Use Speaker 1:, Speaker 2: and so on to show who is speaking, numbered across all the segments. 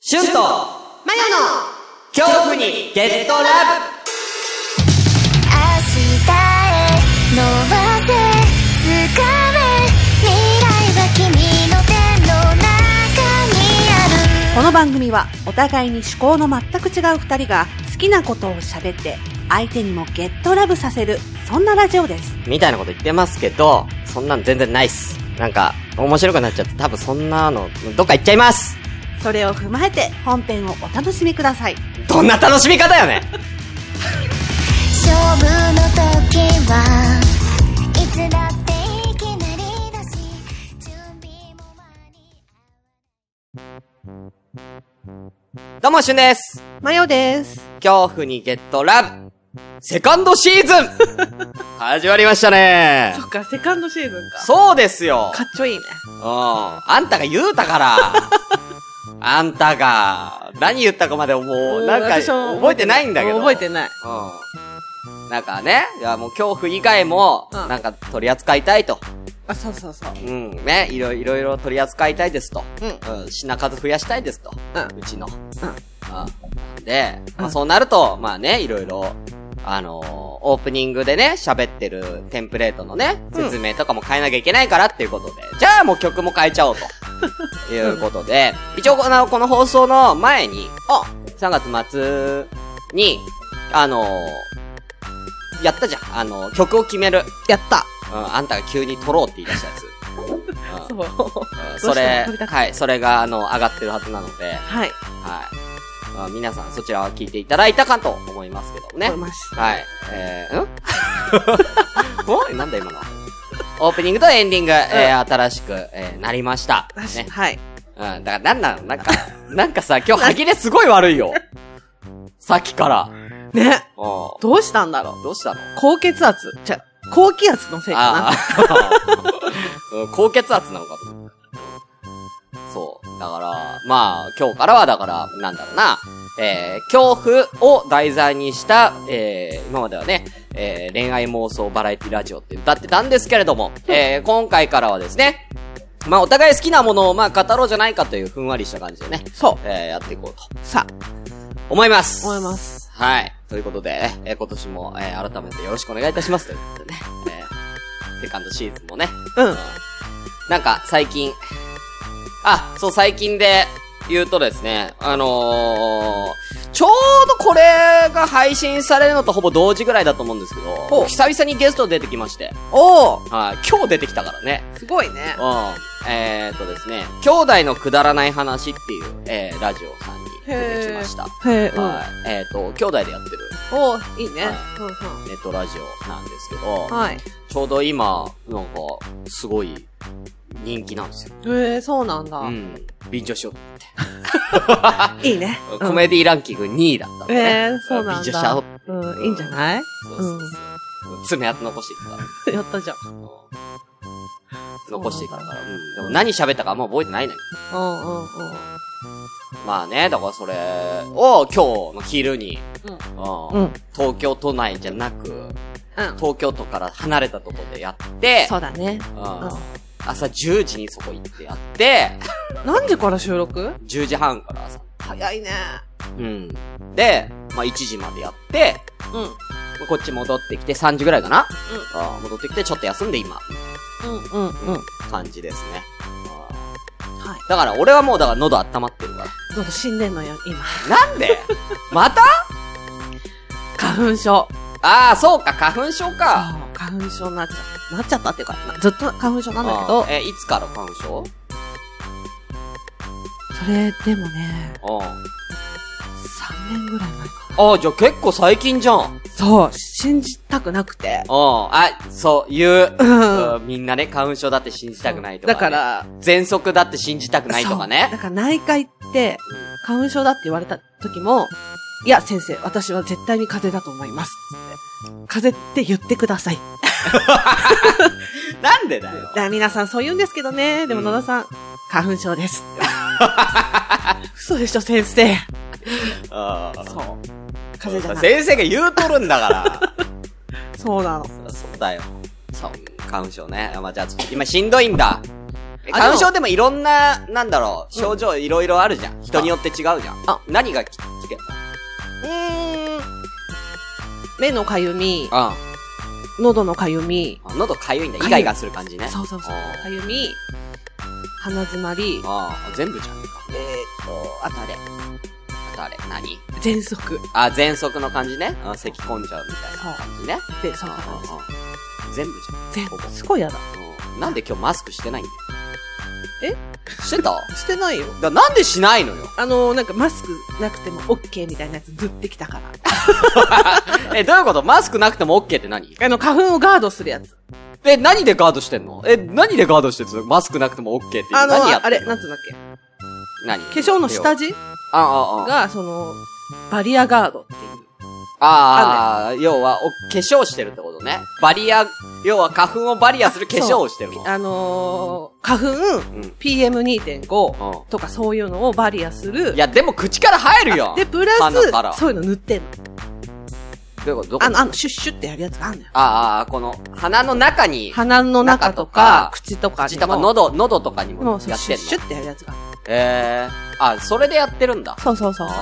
Speaker 1: シュンと
Speaker 2: マヨの
Speaker 1: 恐怖にゲットラブ
Speaker 3: 明日へ伸ばせ掴め未来は君の手の中にある
Speaker 4: この番組はお互いに趣向の全く違う二人が好きなことを喋って相手にもゲットラブさせるそんなラジオです
Speaker 1: みたいなこと言ってますけど、そんなの全然ないっす。なんか、面白くなっちゃって、多分そんなの、どっか行っちゃいます
Speaker 4: それを踏まえて本編をお楽しみください
Speaker 1: どんな楽しみ方よね
Speaker 3: 勝負の時はいつだっていきなりだし準備も間に
Speaker 1: どうも、シュンです
Speaker 4: マヨです
Speaker 1: 恐怖にゲットラブセカンドシーズン始まりましたね
Speaker 4: そっかセカンドシーズンか
Speaker 1: そうですよ
Speaker 4: かっちょいいね
Speaker 1: うん。あんたが言うたから。 あんたが、何言ったかまでもう、なんか、
Speaker 4: 私も
Speaker 1: 覚えてないんだけど。
Speaker 4: 覚えてない
Speaker 1: うん。なんかね、いやもう恐怖以外も、
Speaker 4: うん
Speaker 1: なんか取り扱いたいと。
Speaker 4: あそうそうそう
Speaker 1: うん。ね、いろいろいろ取り扱いたいですと。うん。品数増やしたいですと。
Speaker 4: う
Speaker 1: うちの。
Speaker 4: ん
Speaker 1: うん。で、ま
Speaker 4: う
Speaker 1: あ、
Speaker 4: ん
Speaker 1: そうなると、まあね、いろいろ、あのーオープニングでね、喋ってるテンプレートのね、
Speaker 4: うん
Speaker 1: 説明とかも変えなきゃいけないからっていうことで、じゃあもう曲も変えちゃおうと。いうことで、一応この、この放送の前に、あ !3 月末に、あのーやったじゃん。あのー曲を決める。
Speaker 4: やった
Speaker 1: うん、あんたが急に撮ろうって言い出したやつ。うん
Speaker 4: そう
Speaker 1: うん
Speaker 4: ど
Speaker 1: そう
Speaker 4: して
Speaker 1: れ
Speaker 4: も撮り、たくて
Speaker 1: はい、それが、あの、上がってるはずなので、
Speaker 4: はい
Speaker 1: はい。まあ、皆さん、そちらは聞いていただいたかと思いますけどね
Speaker 4: 撮れ。ました
Speaker 1: はい。えー、ん おなんだ今のはオープニングとエンディング、えー、新しく、えー、なりました。ね。
Speaker 4: はい
Speaker 1: うん、だからなんなのなんか、なんかさ、今日歯切れすごい悪いよ。さっきから。
Speaker 4: ね
Speaker 1: お
Speaker 4: どうしたんだろう
Speaker 1: どうしたの
Speaker 4: 高血圧じゃ高気圧のせいかな
Speaker 1: ああーうん高血圧なのかと思ったそう。だから、まあ、今日からはだから、なんだろうな、えー、恐怖を題材にした、えー、今まではね、えー、恋愛妄想バラエティラジオって歌ってたんですけれども、えー、今回からはですね、まあ、お互い好きなものを、まあ、語ろうじゃないかというふんわりした感じでね、
Speaker 4: そ
Speaker 1: えー、やっていこうと
Speaker 4: うさ
Speaker 1: 思います。
Speaker 4: 思いま。す
Speaker 1: はい。ということで、えー今年も、えー改めてよろしくお願いいたします。ということ でね、えーセカンドシーズンもね、
Speaker 4: うん
Speaker 1: なんか、最近、あ、そう、最近で言うとですね、あのー、ちょうどこれが配信されるのとほぼ同時ぐらいだと思うんですけど、
Speaker 4: ほう
Speaker 1: 久々にゲスト出てきまして、
Speaker 4: おお
Speaker 1: はい、今日出てきたからね。
Speaker 4: すごいね
Speaker 1: うん。えー、っとですね、兄弟のくだらない話っていう、えー、ラジオさんに出てきました。
Speaker 4: へえうん
Speaker 1: はい。えー、っと、兄弟でやってる
Speaker 4: おーいいね。
Speaker 1: はい
Speaker 4: うんう
Speaker 1: ネットラジオなんですけど、
Speaker 4: ん。はい。へ
Speaker 1: ちょうど今、なんか、すごい人気なんですよ。
Speaker 4: えそうなんだ。
Speaker 1: うん。便乗しよ
Speaker 4: いいね
Speaker 1: う。。コメディランキング2位だったの
Speaker 4: うん
Speaker 1: ね。
Speaker 4: えー、そうな
Speaker 1: 便
Speaker 4: んだ。
Speaker 1: 乗しちゃおう。
Speaker 4: うん、いいんじゃ ない
Speaker 1: そうそうそう。爪痕残していくから。
Speaker 4: やったじゃん。
Speaker 1: うん残していくから。うん。でも何喋ったかあんま覚えてないんだけ
Speaker 4: うんうんうん。
Speaker 1: ど。まあね、だからそれを今日の昼に、
Speaker 4: う
Speaker 1: う
Speaker 4: ん
Speaker 1: ん
Speaker 4: うん
Speaker 1: 東京都内じゃなく、
Speaker 4: うん。
Speaker 1: 東京都から離れたとこでやって、
Speaker 4: そうだね。
Speaker 1: うん朝10時にそこ行ってやって、
Speaker 4: 何時から収録
Speaker 1: 10時半から朝。
Speaker 4: 早いね。
Speaker 1: うん。で、まあ1時までやって、
Speaker 4: うん。
Speaker 1: こっち戻ってきて3時ぐらいかな、あー戻ってきてちょっと休んで今、
Speaker 4: うんうんうん。はい。
Speaker 1: 感じですね。あーだから俺はもうだから喉温まってるか
Speaker 4: どうぞ死んでんのよ、今。
Speaker 1: ら。なんで また
Speaker 4: 花粉症。
Speaker 1: ああ、そうか、花粉症か。
Speaker 4: そう花粉症になっちゃった。なっちゃったっていうか、なずっと花粉症なんだけ
Speaker 1: あ
Speaker 4: ど
Speaker 1: ー、え、いつから花粉症
Speaker 4: それでもね、
Speaker 1: うん。
Speaker 4: 3年ぐらい前か
Speaker 1: ああ、じゃあ結構最近じゃん。うん。
Speaker 4: な。そう、信じたくなくて。
Speaker 1: あ、そういう、
Speaker 4: ん
Speaker 1: うんみんなね、花粉症だって信じたくないとか、
Speaker 4: だか、ら、
Speaker 1: 喘息だって信じたくないとか
Speaker 4: そうだ
Speaker 1: ね。
Speaker 4: から内科行って、花粉症だって言われた時も、いや、先生、私は絶対に風邪だと思います。って風邪って言ってください。
Speaker 1: なんでだよ。
Speaker 4: だ皆さんそう言うんですけどね。でも
Speaker 1: うん
Speaker 4: 野田さん、花粉症です。嘘でしょ、先生。
Speaker 1: あー
Speaker 4: そう。風邪じゃな
Speaker 1: 先
Speaker 4: い。
Speaker 1: 生が言うとるんだから。
Speaker 4: そうなの。
Speaker 1: そりゃそうだよ。そう、花粉症ね。あまあ、じゃあ、今しんどいんだ。え
Speaker 4: あ
Speaker 1: 花粉症でもいろんな、なんだろう、症状いろいろあるじゃん。人によって違うじゃん。
Speaker 4: あ
Speaker 1: 何がきつけんの
Speaker 4: うーん。目のかゆみ、
Speaker 1: あ
Speaker 4: 喉のかゆみ、
Speaker 1: あ喉かゆいんだ。
Speaker 4: かゆい
Speaker 1: イガイガする感じね。
Speaker 4: そうそうそう。
Speaker 1: あ
Speaker 4: かゆみ、鼻詰まり、
Speaker 1: ああ、全部じゃん。
Speaker 4: えーっと、あとあれ、
Speaker 1: あとあれ、何
Speaker 4: 喘息
Speaker 1: あ、喘息の感じね。あ咳込んじゃうみたいな感じね。
Speaker 4: で、そん
Speaker 1: あ
Speaker 4: な感じ。
Speaker 1: ああ全部じ
Speaker 4: 全
Speaker 1: ほぼ
Speaker 4: 部。すごい嫌だ。
Speaker 1: ゃん。うんなんで今日マスクしてないんだよ。えしてた
Speaker 4: してないよ。
Speaker 1: だなんでしないのよ。
Speaker 4: あのー、なんかマスクなくても OK みたいなやつずってきたから。
Speaker 1: え、どういうことマスクなくても OK って何
Speaker 4: あの、花粉をガードするやつ。
Speaker 1: え、何でガードしてんのえ、何でガードしてんのマスクなくても OK っていう。
Speaker 4: あの
Speaker 1: 何やっ
Speaker 4: ー、
Speaker 1: てんの
Speaker 4: あれ、なんつうんだっけ。化
Speaker 1: 何化
Speaker 4: 粧の下
Speaker 1: 地
Speaker 4: 地
Speaker 1: ああ、ああ。
Speaker 4: が、その、バリアガードっていう。
Speaker 1: ああ、要は、お、化粧してるってことね。バリア、要は花粉をバリアする化粧をしてるの。
Speaker 4: あのー、
Speaker 1: う
Speaker 4: 花粉、
Speaker 1: ん。う
Speaker 4: PM2.5
Speaker 1: ん
Speaker 4: とかそういうのをバリアする。
Speaker 1: いや、でも口から入るよ
Speaker 4: で、プラ
Speaker 1: 鼻から
Speaker 4: ス、そういうの塗ってんの。
Speaker 1: どういうことどこ
Speaker 4: あの、あの、シュッシュってやるやつがあるのよ。
Speaker 1: ああ、この、鼻の中に、
Speaker 4: 鼻の中
Speaker 1: 中と
Speaker 4: と
Speaker 1: か
Speaker 4: か、口とかに
Speaker 1: 口
Speaker 4: も
Speaker 1: とか、喉、喉とかにも
Speaker 4: も
Speaker 1: やっ
Speaker 4: う
Speaker 1: てん
Speaker 4: そう
Speaker 1: の。
Speaker 4: シュッシュってやるやつがある
Speaker 1: ええあ、それでやってるんだ。
Speaker 4: そうそうそう。
Speaker 1: あ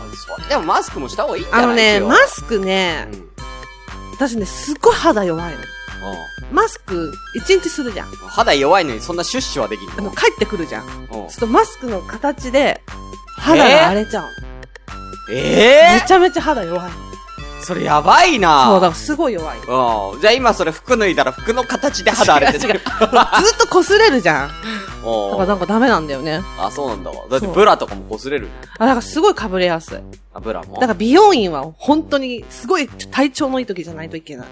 Speaker 1: あ、それでもマスクもした方がいいんじゃな
Speaker 4: あ
Speaker 1: い
Speaker 4: のね、
Speaker 1: 一応
Speaker 4: マスクね
Speaker 1: う、ん
Speaker 4: 私ね、すっごい肌弱いの。マスク、一日するじゃん。
Speaker 1: うん肌弱いのにそんなシュッシュはできん
Speaker 4: あの、
Speaker 1: の
Speaker 4: 帰ってくるじゃん。ち
Speaker 1: う
Speaker 4: ょ
Speaker 1: ん
Speaker 4: っとマスクの形で、肌が荒れちゃうの。
Speaker 1: ええ
Speaker 4: めちゃめちゃ肌弱いの。
Speaker 1: それやばいな
Speaker 4: そう、だからすごい弱いの。ず
Speaker 1: うん。じゃあ今それ服脱いだら服の形で肌荒れてる。
Speaker 4: 違う違うっと擦れるじゃん。だから
Speaker 1: お
Speaker 4: なんかダメなんだよね。
Speaker 1: あ、そうなんだわ。だってブラとかも擦れる。
Speaker 4: あ、だからすごい被れやすい。
Speaker 1: あ、ブラも。
Speaker 4: だから美容院は本当にすごい体調のいい時じゃないといけない。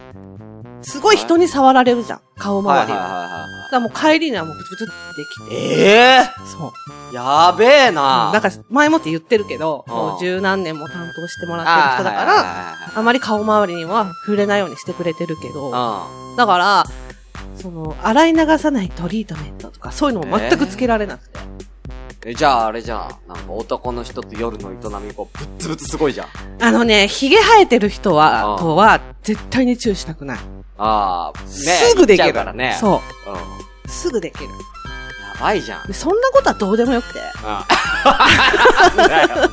Speaker 4: すごい人に触られるじゃん。顔
Speaker 1: はいはい
Speaker 4: 周り
Speaker 1: は
Speaker 4: は。
Speaker 1: い
Speaker 4: だか
Speaker 1: は
Speaker 4: らもう帰りにはもうブツブツって
Speaker 1: い。ええ
Speaker 4: きて。そう。
Speaker 1: やべえな
Speaker 4: だから前もって言ってるけど、
Speaker 1: うん
Speaker 4: もう十何年も担当してもら
Speaker 1: あ
Speaker 4: ってる人だか
Speaker 1: はい
Speaker 4: ら、
Speaker 1: はいはい
Speaker 4: あまり顔周りには触れないようにしてくれてるけど、
Speaker 1: はい
Speaker 4: だから、その、洗い流さないトリートメントとか、そういうのも全くつけられなくて。
Speaker 1: うん。えじゃああれじゃん。なんか男の人と夜の営みこう、ぶっつぶつすごいじゃん。
Speaker 4: あのね、髭生えてる人
Speaker 1: うん
Speaker 4: は、とは、絶対に注意したくない。
Speaker 1: ああ、ね
Speaker 4: すぐでき
Speaker 1: 言っ
Speaker 4: る。
Speaker 1: ちゃうからね。う。
Speaker 4: そ
Speaker 1: うん。や
Speaker 4: う。すぐできる。
Speaker 1: ばいじゃん。うん。
Speaker 4: でそんなことはどうでもよくて。
Speaker 1: なんだよどう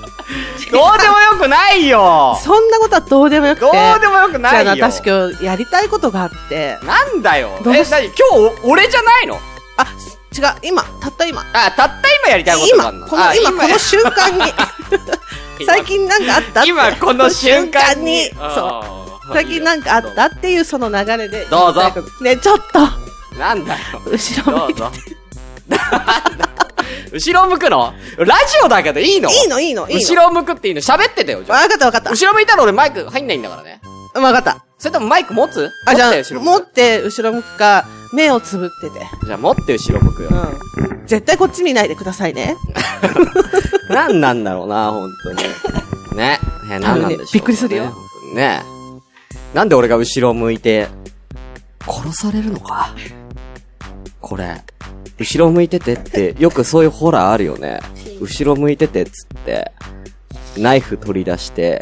Speaker 1: でもよくないよ
Speaker 4: そんなことはどうでもよくて。
Speaker 1: どうでもよくないよ
Speaker 4: じゃあ、私今日やりたいことがあって。
Speaker 1: なんだよ
Speaker 4: どう
Speaker 1: え、
Speaker 4: し
Speaker 1: なに今日お、俺じゃないの
Speaker 4: あ、す違う、今、たった今。
Speaker 1: あ、たった今やりたいことがあ
Speaker 4: 今、
Speaker 1: るの
Speaker 4: この、
Speaker 1: あ
Speaker 4: 今、この瞬間 に。最近なんかあったって
Speaker 1: 今この瞬間に。
Speaker 4: 瞬間にそう。
Speaker 1: そう
Speaker 4: 最近なんかあったっていうその流れで。
Speaker 1: どうぞ。
Speaker 4: ね、ちょっと、
Speaker 1: なんだよ。
Speaker 4: 後ろ
Speaker 1: ど
Speaker 4: 向
Speaker 1: う
Speaker 4: いて。
Speaker 1: ぞ。後ろ向くのラジオだけどいいの
Speaker 4: いいの、いいの、いいの。
Speaker 1: 後ろ向くっていいの喋ってたよ、じゃあ
Speaker 4: わかったわかった。
Speaker 1: 後ろ向いたら俺マイク入んないんだからね。
Speaker 4: うんわかった。
Speaker 1: それともマイク持つ
Speaker 4: あ、じゃ
Speaker 1: 持
Speaker 4: あ
Speaker 1: って後ろ、
Speaker 4: 持
Speaker 1: 向
Speaker 4: っ
Speaker 1: く。
Speaker 4: て後ろ向くか、目をつぶってて。
Speaker 1: じゃあ持って後ろ向くよ。
Speaker 4: うん。絶対こっち見ないでくださいね。
Speaker 1: なんなんだろうな、本当に。ね。え、なんなんでしょう、ね。
Speaker 4: びっくりするよ
Speaker 1: 本当にね。なんで俺が後ろ向いて、殺されるのか。これ。後ろ向いててって、よくそういうホラーあるよね。後ろ向いててっつって、ナイフ取り出して、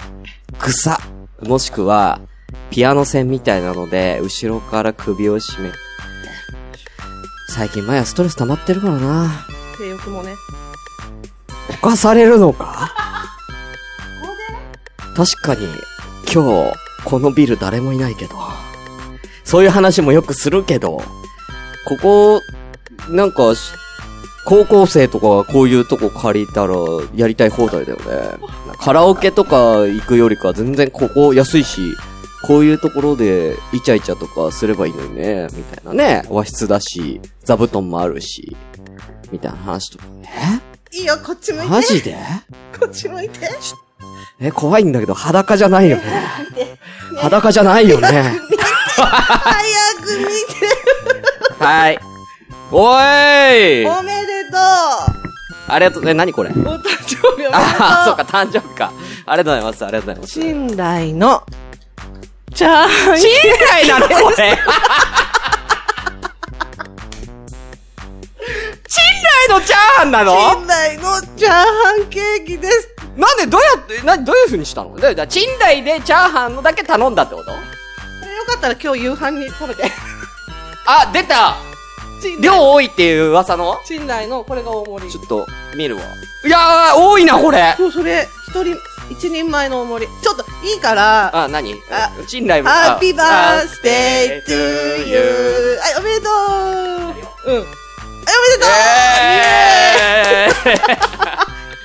Speaker 1: 草もしくは、ピアノ線みたいなので、後ろから首を絞め。最近前はストレス溜まってるからな。
Speaker 4: 性欲もね。
Speaker 1: 犯されるのか確かに、今日、このビル誰もいないけど、そういう話もよくするけど、ここ、なんかし、高校生とかがこういうとこ借りたら、やりたい放題だよね。カラオケとか行くよりか全然ここ安いし、こういうところでイチャイチャとかすればいいのにね、みたいなね。和室だし、座布団もあるし、みたいな話とか。え
Speaker 4: いいよ、こっち向いて。
Speaker 1: マジで
Speaker 4: こっち向いて。
Speaker 1: え、怖いんだけど、裸じゃないよ ね。裸じゃないよね。
Speaker 4: 早く見て。
Speaker 1: はい。おーい
Speaker 4: おめでと
Speaker 1: ありがとう、え、何これ
Speaker 4: う。お誕生日おめでとう。
Speaker 1: ああ、そうか、誕生日か。ありがとうございます、ありがとうございます。信
Speaker 4: 信頼の、チャーイ。
Speaker 1: 頼なのこれ信頼のチャーハンなの
Speaker 4: 信頼のチャーハンケーキです。
Speaker 1: なんでどうやって、な、どういう風にしたのだ、だ、賃貸でチャーハンのだけ頼んだってこと
Speaker 4: これよかったら今日夕飯に食べて。
Speaker 1: あ、出た
Speaker 4: 賃
Speaker 1: 量多いっていう噂の
Speaker 4: 賃貸の、これが大盛り。
Speaker 1: ちょっと、見るわ。いやー、多いな、これ
Speaker 4: そう、それ、一人、一人前の大盛り。ちょっと、いいから、
Speaker 1: あ、何
Speaker 4: あ
Speaker 1: チンライブ。
Speaker 4: ハッピーバー
Speaker 1: ス
Speaker 4: スデートゥーユー。はい、おめでとううん。はい、おめでとう、イエ
Speaker 1: え
Speaker 4: ーイ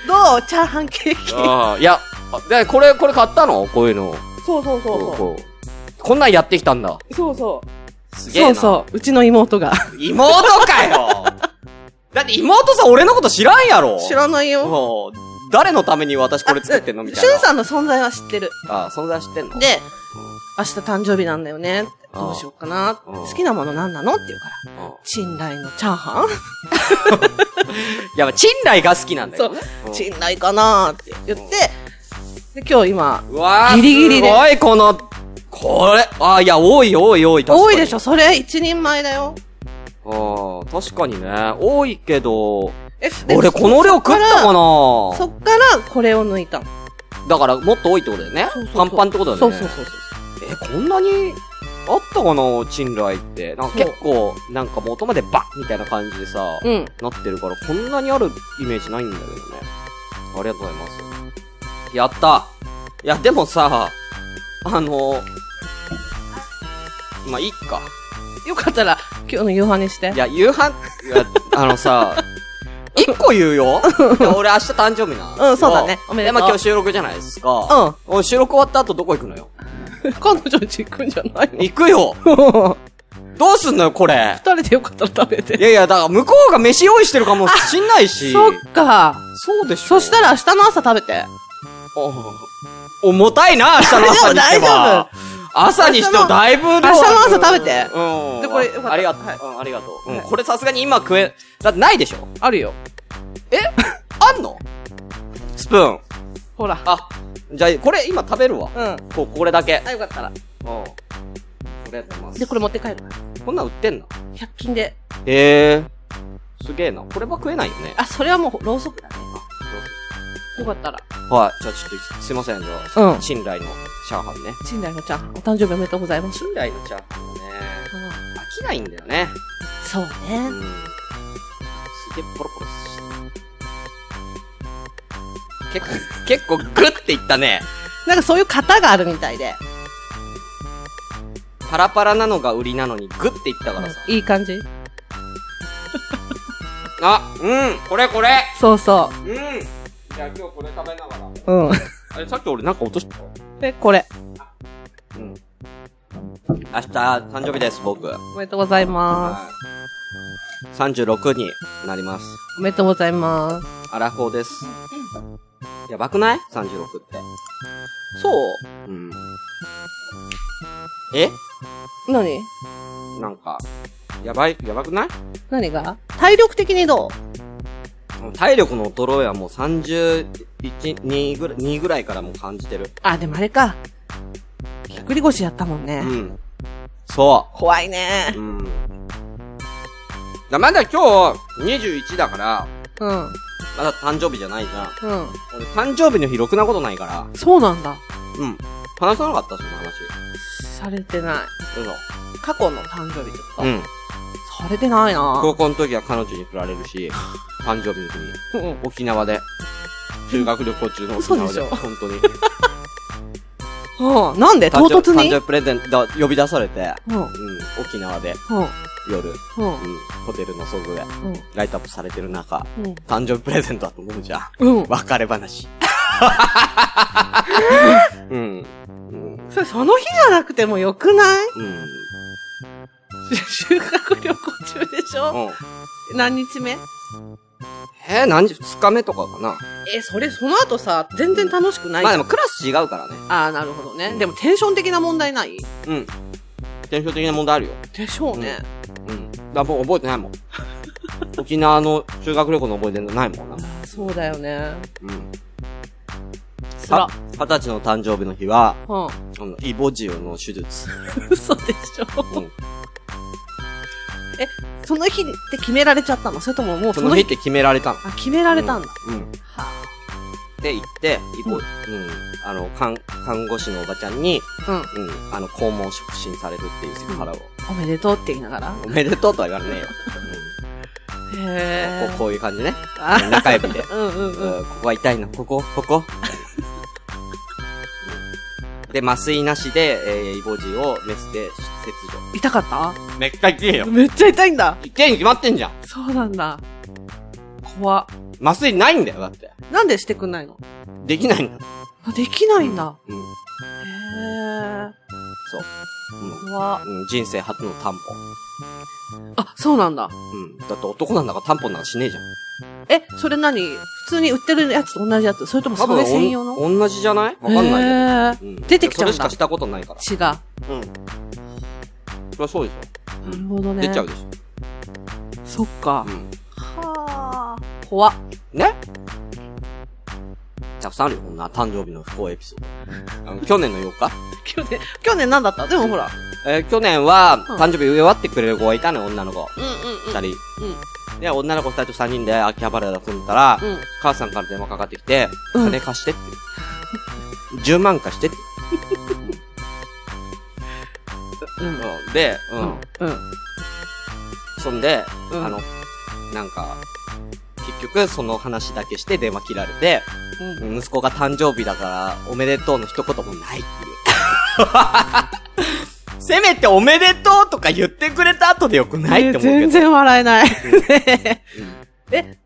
Speaker 4: どうチャーハンケーキ。
Speaker 1: ーあ ーいや、あで、これ、これ買ったのこういうの。
Speaker 4: そうそうそう
Speaker 1: こう
Speaker 4: そ
Speaker 1: こうこんなんやってきたんだ。
Speaker 4: う。そうそう。
Speaker 1: すげえ
Speaker 4: そ
Speaker 1: な。
Speaker 4: うそう、うちの妹が。
Speaker 1: 妹かよ だって妹さん俺のこと知らんやろ
Speaker 4: 知らないよ。
Speaker 1: もう誰のために私これ作ってんのみたい
Speaker 4: しゅ
Speaker 1: な。
Speaker 4: んさんの存在は知ってる。
Speaker 1: ああ、存在知ってんの
Speaker 4: で、明日誕生日なんだよね。
Speaker 1: ああ
Speaker 4: どうしようかな。
Speaker 1: うん
Speaker 4: 好きなもの何なのって言うから。
Speaker 1: うん
Speaker 4: 賃来のチャーハ
Speaker 1: いや、まあチンライが好きなん
Speaker 4: ン
Speaker 1: だよね。
Speaker 4: そう。賃来かなって言って、で、今日今、
Speaker 1: うわあ、
Speaker 4: ギリギリ
Speaker 1: す
Speaker 4: で
Speaker 1: ごい、この、これ、ああ、いや、多い、多い、多い、確かに
Speaker 4: 多いでしょそれ一人前だよ。
Speaker 1: ああ、確かにね。多いけど、
Speaker 4: え、で
Speaker 1: 俺この量食ったか
Speaker 4: そ
Speaker 1: な
Speaker 4: っからこれを抜いたの。
Speaker 1: だから、もっと多いってことだよね
Speaker 4: そうそう。そ
Speaker 1: パ
Speaker 4: う
Speaker 1: ンパンってことだ
Speaker 4: そ
Speaker 1: よ
Speaker 4: う
Speaker 1: ね。
Speaker 4: そうそうそう。
Speaker 1: え、こんなに、あったかなチンライって。なんか
Speaker 4: そう
Speaker 1: 結構、なんか元までバッみたいな感じでさ、
Speaker 4: うん。
Speaker 1: なってるから、こんなにあるイメージないんだけどね。ありがとうございます。やったいや、でもさ、あの、まあ、いいか。
Speaker 4: よかったら今日の夕飯にして
Speaker 1: い。や、夕飯、いや、あのさ、 一個言うよいや俺明日誕生日なの。
Speaker 4: うんそうだねおめでとう
Speaker 1: まあ、今日収録じゃないですか。
Speaker 4: うん。
Speaker 1: うん。収録終わった後どこ行くのよ
Speaker 4: 彼女んち行くんじゃないの
Speaker 1: 行く よ
Speaker 4: 二
Speaker 1: どうすんのよ、これ
Speaker 4: 人でよかったら食べ
Speaker 1: い
Speaker 4: て。
Speaker 1: やいや、だから向こうが飯用意してるかもしんないし。
Speaker 4: そっか。
Speaker 1: そうでしょ。
Speaker 4: そしたら明日の朝食べて。
Speaker 1: お重たいな、明日の朝にしては。朝にしてはだいぶ量
Speaker 4: 明日の朝食べて
Speaker 1: うん。
Speaker 4: でこれよかった
Speaker 1: ありがとう。
Speaker 4: はい
Speaker 1: うん、ありがとう。
Speaker 4: は
Speaker 1: う
Speaker 4: い
Speaker 1: ん、これさすがに今食え、だってないでしょ
Speaker 4: あるよ。
Speaker 1: えあんのスプーン。
Speaker 4: ほら。
Speaker 1: あ、じゃあ、これ今食べるわ。
Speaker 4: うん。
Speaker 1: ここれだけ。
Speaker 4: あ、よかったら。
Speaker 1: うん。これやってます。
Speaker 4: で、これ持って帰るから。
Speaker 1: こんなん売ってんの
Speaker 4: 100均で。
Speaker 1: へえ。すげえな。これは食えないよね。
Speaker 4: あ、それはもうろうそくだね。よかったら。
Speaker 1: はい。じゃあちょっと、すいません。じゃあ、
Speaker 4: うん。
Speaker 1: 信頼のチャーハンね。
Speaker 4: 賃貸のちゃん、お誕生日おめでとうございます。
Speaker 1: 信頼のチャーハンはね、
Speaker 4: うん
Speaker 1: 飽きないんだよね。
Speaker 4: そう
Speaker 1: う
Speaker 4: ね。
Speaker 1: ん。すげえポロポロして。結構、結構グッていったね。
Speaker 4: なんかそういう型があるみたいで。
Speaker 1: パラパラなのが売りなのにグッていったからさ。
Speaker 4: いい感じ
Speaker 1: あ、うん、これこれ
Speaker 4: そうそ
Speaker 1: うんじゃあ今日これ食べながら。
Speaker 4: う。うん。
Speaker 1: あれ、さっき俺なんか落とした
Speaker 4: で、これ。
Speaker 1: うん。明日、誕生日です、僕。
Speaker 4: おめでとうございま
Speaker 1: はい36になります。
Speaker 4: す。おめでとうございます。
Speaker 1: アラフォーです。やばくない ?36 って。
Speaker 4: そう
Speaker 1: うん。え
Speaker 4: 何
Speaker 1: なんか、やばい、やばくない
Speaker 4: 何が体力的にどう
Speaker 1: 体力の衰えはもう31、2ぐらい、2ぐらいからもう感じてる。
Speaker 4: あ、でもあれか。ぎっくり腰やったもん
Speaker 1: う
Speaker 4: ね。
Speaker 1: ん。そう。
Speaker 4: 怖いね。
Speaker 1: うん。だまだ今日21だから、
Speaker 4: うん。うん。
Speaker 1: まだ誕生日じゃないじゃん。俺誕生日の日ろくなことないから。
Speaker 4: そうなんだ。
Speaker 1: うん。話さなかったその話。
Speaker 4: されてない。
Speaker 1: 嘘。
Speaker 4: 過去の誕生日とか。
Speaker 1: うん。
Speaker 4: されてないな
Speaker 1: 高校の時は彼女に振られるし、誕生日の日に
Speaker 4: うん。
Speaker 1: 沖縄で。修学旅行中の沖
Speaker 4: 嘘で
Speaker 1: 縄
Speaker 4: し
Speaker 1: で。
Speaker 4: ょ
Speaker 1: 本当 に。
Speaker 4: うん。なんで唐
Speaker 1: 誕生
Speaker 4: 突に
Speaker 1: 誕生日プレゼント呼び出されて、
Speaker 4: うん。うん。
Speaker 1: うん。沖縄で夜、うん。
Speaker 4: うん。
Speaker 1: ホテルの外でライトアップされてる中、
Speaker 4: うん。
Speaker 1: 誕生日プレゼントだと思うじゃん。
Speaker 4: うん。うん。
Speaker 1: 別れ話。うん。うん。
Speaker 4: それその日じゃなくてもよくない
Speaker 1: うん。
Speaker 4: 修学旅行中でしょ何日目
Speaker 1: えー、何日二日目とかかな。
Speaker 4: え、それその後さ、全然楽しくない
Speaker 1: まあ
Speaker 4: あ
Speaker 1: でもクラス違うからね。
Speaker 4: あー、なるほどね。でもテンション的な問題ない
Speaker 1: うん。伝承的な問題あるよ。
Speaker 4: でしょうね。
Speaker 1: うん。だからもう覚えて ないもん。沖縄の修学旅行の覚えてないもんな。
Speaker 4: そうだよね。
Speaker 1: うん。
Speaker 4: つら
Speaker 1: さ。二十歳の誕生日の日は、
Speaker 4: う
Speaker 1: あの、イボジオの手術。
Speaker 4: ん。 嘘でしょ。
Speaker 1: うん。
Speaker 4: その日って決められちゃったのそれとももう
Speaker 1: そ
Speaker 4: そ
Speaker 1: の
Speaker 4: の
Speaker 1: 日
Speaker 4: 日
Speaker 1: って決められたの。
Speaker 4: あ、決められたんだ。
Speaker 1: うん。
Speaker 4: は
Speaker 1: で、行って、イボ、うん。あの、看、看護師のおばちゃんに、
Speaker 4: あうん。
Speaker 1: うん、あの、肛門触診されるっていうセクハラを。
Speaker 4: おめでとうって言いながら。
Speaker 1: おめでとうとは言われねえよ。うん
Speaker 4: へ
Speaker 1: こうこういう感じね。
Speaker 4: あ
Speaker 1: 中指で。
Speaker 4: うんうんうん。
Speaker 1: うんここは痛いの。ここ、ここ。で、麻酔なしで、えー、イボジをメスで切
Speaker 4: 痛かっ
Speaker 1: 除。めっちゃ痛え
Speaker 4: た
Speaker 1: よ。
Speaker 4: めっちゃ痛いんだ
Speaker 1: 痛えに決まってんじゃん。
Speaker 4: そうなんだ。怖っ
Speaker 1: 麻酔ないんだよ、だって。
Speaker 4: なんでしてくんないの
Speaker 1: できないんだよ。
Speaker 4: あ、できないんだ。
Speaker 1: うん。うん
Speaker 4: へ
Speaker 1: そう。
Speaker 4: え。怖っ
Speaker 1: うん。うん、人生初の担保。
Speaker 4: あ、そうなんだ。
Speaker 1: うん。だって男なんだから担保なんかしねえじゃん。
Speaker 4: え、それ何普通に売ってるやつと同じやつそれともそれ専用の
Speaker 1: おん同じじゃないわかんないけど。
Speaker 4: ない
Speaker 1: うん
Speaker 4: 出てきちゃう
Speaker 1: それ
Speaker 4: んだ
Speaker 1: しかしたことないから。
Speaker 4: 血が。
Speaker 1: うん。そりゃそうでし
Speaker 4: なるほど
Speaker 1: ょ。
Speaker 4: ね。
Speaker 1: 出ちゃうでしょ。
Speaker 4: そっか
Speaker 1: う。ん。
Speaker 4: はあ。怖っ
Speaker 1: ねたくさんあるよ、こんな誕生日の不幸エピソード。あの去年の4日
Speaker 4: 去年、去年何だったでもほら。
Speaker 1: えー去年は、
Speaker 4: うん
Speaker 1: 誕生日祝ってくれる子がいたのよ、女の子。
Speaker 4: うんうん
Speaker 1: 二人。で、女の子二人と三人で秋葉原だと思ったら、
Speaker 4: うん。うん。
Speaker 1: 母さんから電話かかってきて、
Speaker 4: うん
Speaker 1: 金貸してって。10万貸してって。う
Speaker 4: うん。
Speaker 1: んで、う
Speaker 4: うんん。。うん。
Speaker 1: そんで、
Speaker 4: うん
Speaker 1: あの、なんか、結局その話だけして電話切られて、
Speaker 4: うん
Speaker 1: 息子が誕生日だから、おめでとうの 一言もないっていう。せめておめでとうとか言ってくれた後でよくないって思うけど。
Speaker 4: 全然笑えない。ね
Speaker 1: う
Speaker 4: え、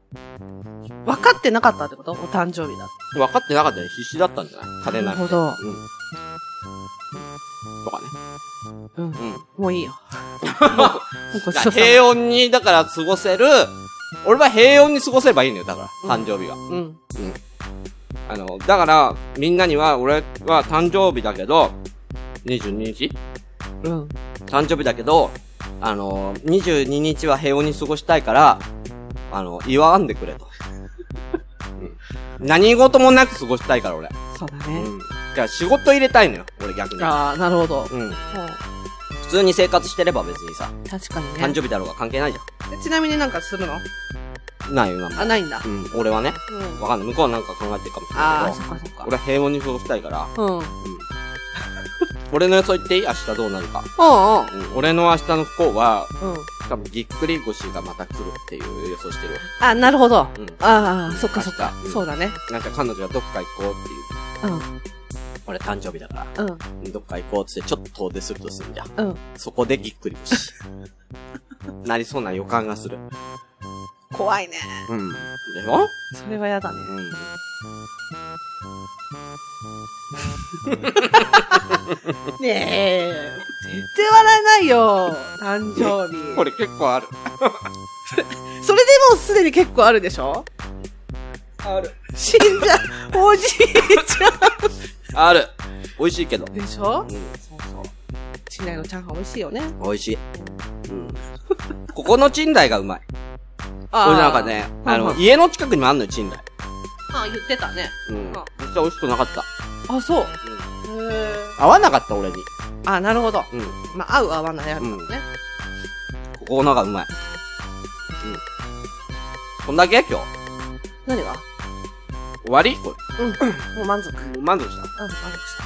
Speaker 4: 分かってなかったってことお誕生日だ。
Speaker 1: ん分かってなかったよ。必死だったんじゃない金な
Speaker 4: な
Speaker 1: く
Speaker 4: るほ
Speaker 1: て。
Speaker 4: ど。
Speaker 1: うん。とかね。
Speaker 4: うん。
Speaker 1: う ん。
Speaker 4: もういいよ。 もうごちそうさま
Speaker 1: 平穏に、だから過ごせる、俺は平穏に過ごせればいいのよ、だから。誕生日は。
Speaker 4: うん。
Speaker 1: あの、だから、みんなには、俺は誕生日だけど、22日
Speaker 4: うん。
Speaker 1: 誕生日だけど、あの、22日は平穏に過ごしたいから、あの、祝わんでくれと。うん何事もなく過ごしたいから、俺。
Speaker 4: そうだ
Speaker 1: う
Speaker 4: ね。
Speaker 1: ん。だから仕事入れたいのよ、俺逆に。
Speaker 4: ああ、なるほど。も
Speaker 1: うん。
Speaker 4: う、
Speaker 1: 普通に生活してれば別にさ、
Speaker 4: 確かにね。
Speaker 1: 誕生日だろうが関係ないじ
Speaker 4: えちなみになんかするの
Speaker 1: ゃん。ないよ、なん
Speaker 4: あ、
Speaker 1: も。
Speaker 4: ないんだ。
Speaker 1: うん、俺はね。
Speaker 4: うん。
Speaker 1: わかんない。向こうはなんか考えてるかもしれ
Speaker 4: あ
Speaker 1: な
Speaker 4: あ、
Speaker 1: いけ
Speaker 4: そっ
Speaker 1: ど、
Speaker 4: かそっか。
Speaker 1: 俺は平穏に過ごしたいから、
Speaker 4: うん。うんうん。
Speaker 1: うん。 俺の予想言っていい明日どうなるか。うん。俺の明日の不幸は、
Speaker 4: うん。
Speaker 1: 多分ぎっくり腰がまた来るっていう予想してるわ。
Speaker 4: あ、なるほど。
Speaker 1: うん。
Speaker 4: ああ、そっかそっか
Speaker 1: 明。日
Speaker 4: そうだね。
Speaker 1: なんか彼女はどっか行こうっていう。
Speaker 4: うん。
Speaker 1: 俺誕生日だから、
Speaker 4: うん。
Speaker 1: どっか行こうってってちょっと遠出するとするじゃん。
Speaker 4: うん。
Speaker 1: そこでぎっくり腰。 なりそうな予感がする。
Speaker 4: 怖いね。
Speaker 1: うん。でしょ
Speaker 4: それはやだね。ねえ。絶対笑えないよ。誕生
Speaker 1: うん。
Speaker 4: 日。
Speaker 1: これ結構ある。
Speaker 4: それでもうすでに結構あるでしょ
Speaker 1: ある。
Speaker 4: 死んじゃう、おじいち
Speaker 1: ある。美味しいけど。
Speaker 4: ゃん。でしょ
Speaker 1: うん。
Speaker 4: そうそう。チンライのチャーハン美味しいよね。
Speaker 1: 美味しい。うん。ここの賃貸がうまい。これなんかね、あ
Speaker 4: うん
Speaker 1: の、
Speaker 4: うん
Speaker 1: 家の近くにもあんのよ、賃貸。
Speaker 4: あ、言ってたね。
Speaker 1: うん。めっ
Speaker 4: ん
Speaker 1: ちゃ美味しくなかった。
Speaker 4: あ、そう。
Speaker 1: うん。
Speaker 4: へえ。
Speaker 1: 合わなかった、俺に。
Speaker 4: あ、なるほど。
Speaker 1: うん。
Speaker 4: まあ、合う合わないあるからね。
Speaker 1: ここのがうまい。うん。こんだけ今日。
Speaker 4: 何が
Speaker 1: 終わりこれ。
Speaker 4: うん。もう満足。うん、
Speaker 1: もう満足した。
Speaker 4: 満足 した。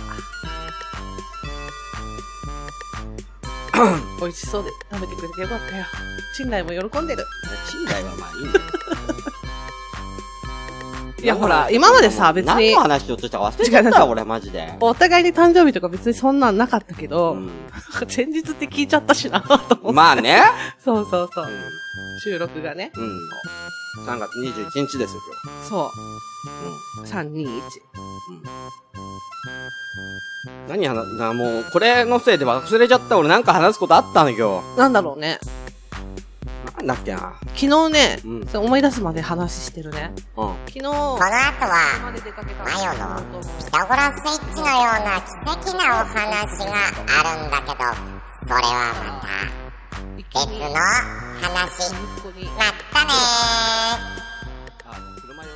Speaker 4: 美味しそうで食べてくれてよかったよ。チンライも喜んでる。
Speaker 1: 賃貸はまあいいんだよ
Speaker 4: いやほら今までさ別に
Speaker 1: 何の話しようとしたか忘れちゃっ
Speaker 4: 違う違
Speaker 1: た
Speaker 4: う
Speaker 1: 俺マジで。
Speaker 4: お互いに誕生日とか別にそんなんなかったけど、
Speaker 1: う
Speaker 4: 前日って聞いちゃったしな、と思
Speaker 1: ん。
Speaker 4: って。
Speaker 1: まあね。
Speaker 4: そうそうそうう。収録がね。
Speaker 1: ん。うん。3月21日ですよ、今
Speaker 4: そ
Speaker 1: 日。うん。
Speaker 4: う。321。
Speaker 1: 何話な、もう、これのせいで忘れちゃった。俺なんか話すことあったの今
Speaker 4: なんだろうね。
Speaker 1: 日。なんだっけな。
Speaker 4: 昨日ね、
Speaker 1: うん
Speaker 4: そう思い出すまで話してるね。
Speaker 1: うん。
Speaker 4: 昨日
Speaker 2: こ、の後は
Speaker 4: まで出かけた
Speaker 2: マヨの
Speaker 4: 妹も
Speaker 2: ピタゴラスイッチのような奇跡なお話があるんだけどそれはま
Speaker 4: いき
Speaker 2: た
Speaker 4: な
Speaker 2: 別
Speaker 4: り
Speaker 2: の話
Speaker 4: ここに
Speaker 2: まったねー
Speaker 1: あの、車酔い。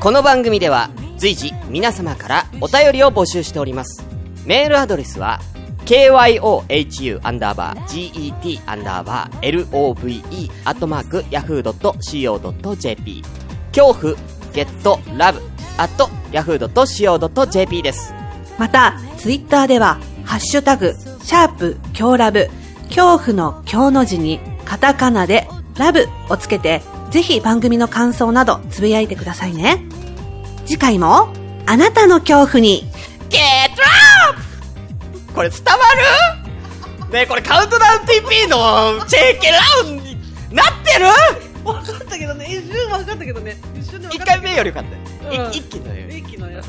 Speaker 1: この番組では随時皆様からお便りを募集しておりますメールアドレスは kyohu アンダーバー get アンダーバー love アットマーク yahoo.co.jp 恐怖 get love アット yahoo.co.jp です。
Speaker 5: また、ツイッターでは、ハッシュタグ、シャープ、強ラブ、恐怖の強の字に、カタカナで、ラブをつけて、ぜひ番組の感想など、つぶやいてくださいね。次回も、あなたの恐怖に、
Speaker 1: ゲットラップこれ伝わるねえこれカウントダウン TP のチェーケラウンになってる
Speaker 4: わかったけどね、一瞬わかったけどね。一瞬で
Speaker 1: 一
Speaker 4: 分かった
Speaker 1: 回目よりよかったよ、い
Speaker 4: うん
Speaker 1: 一気のより
Speaker 4: 一気のやつ。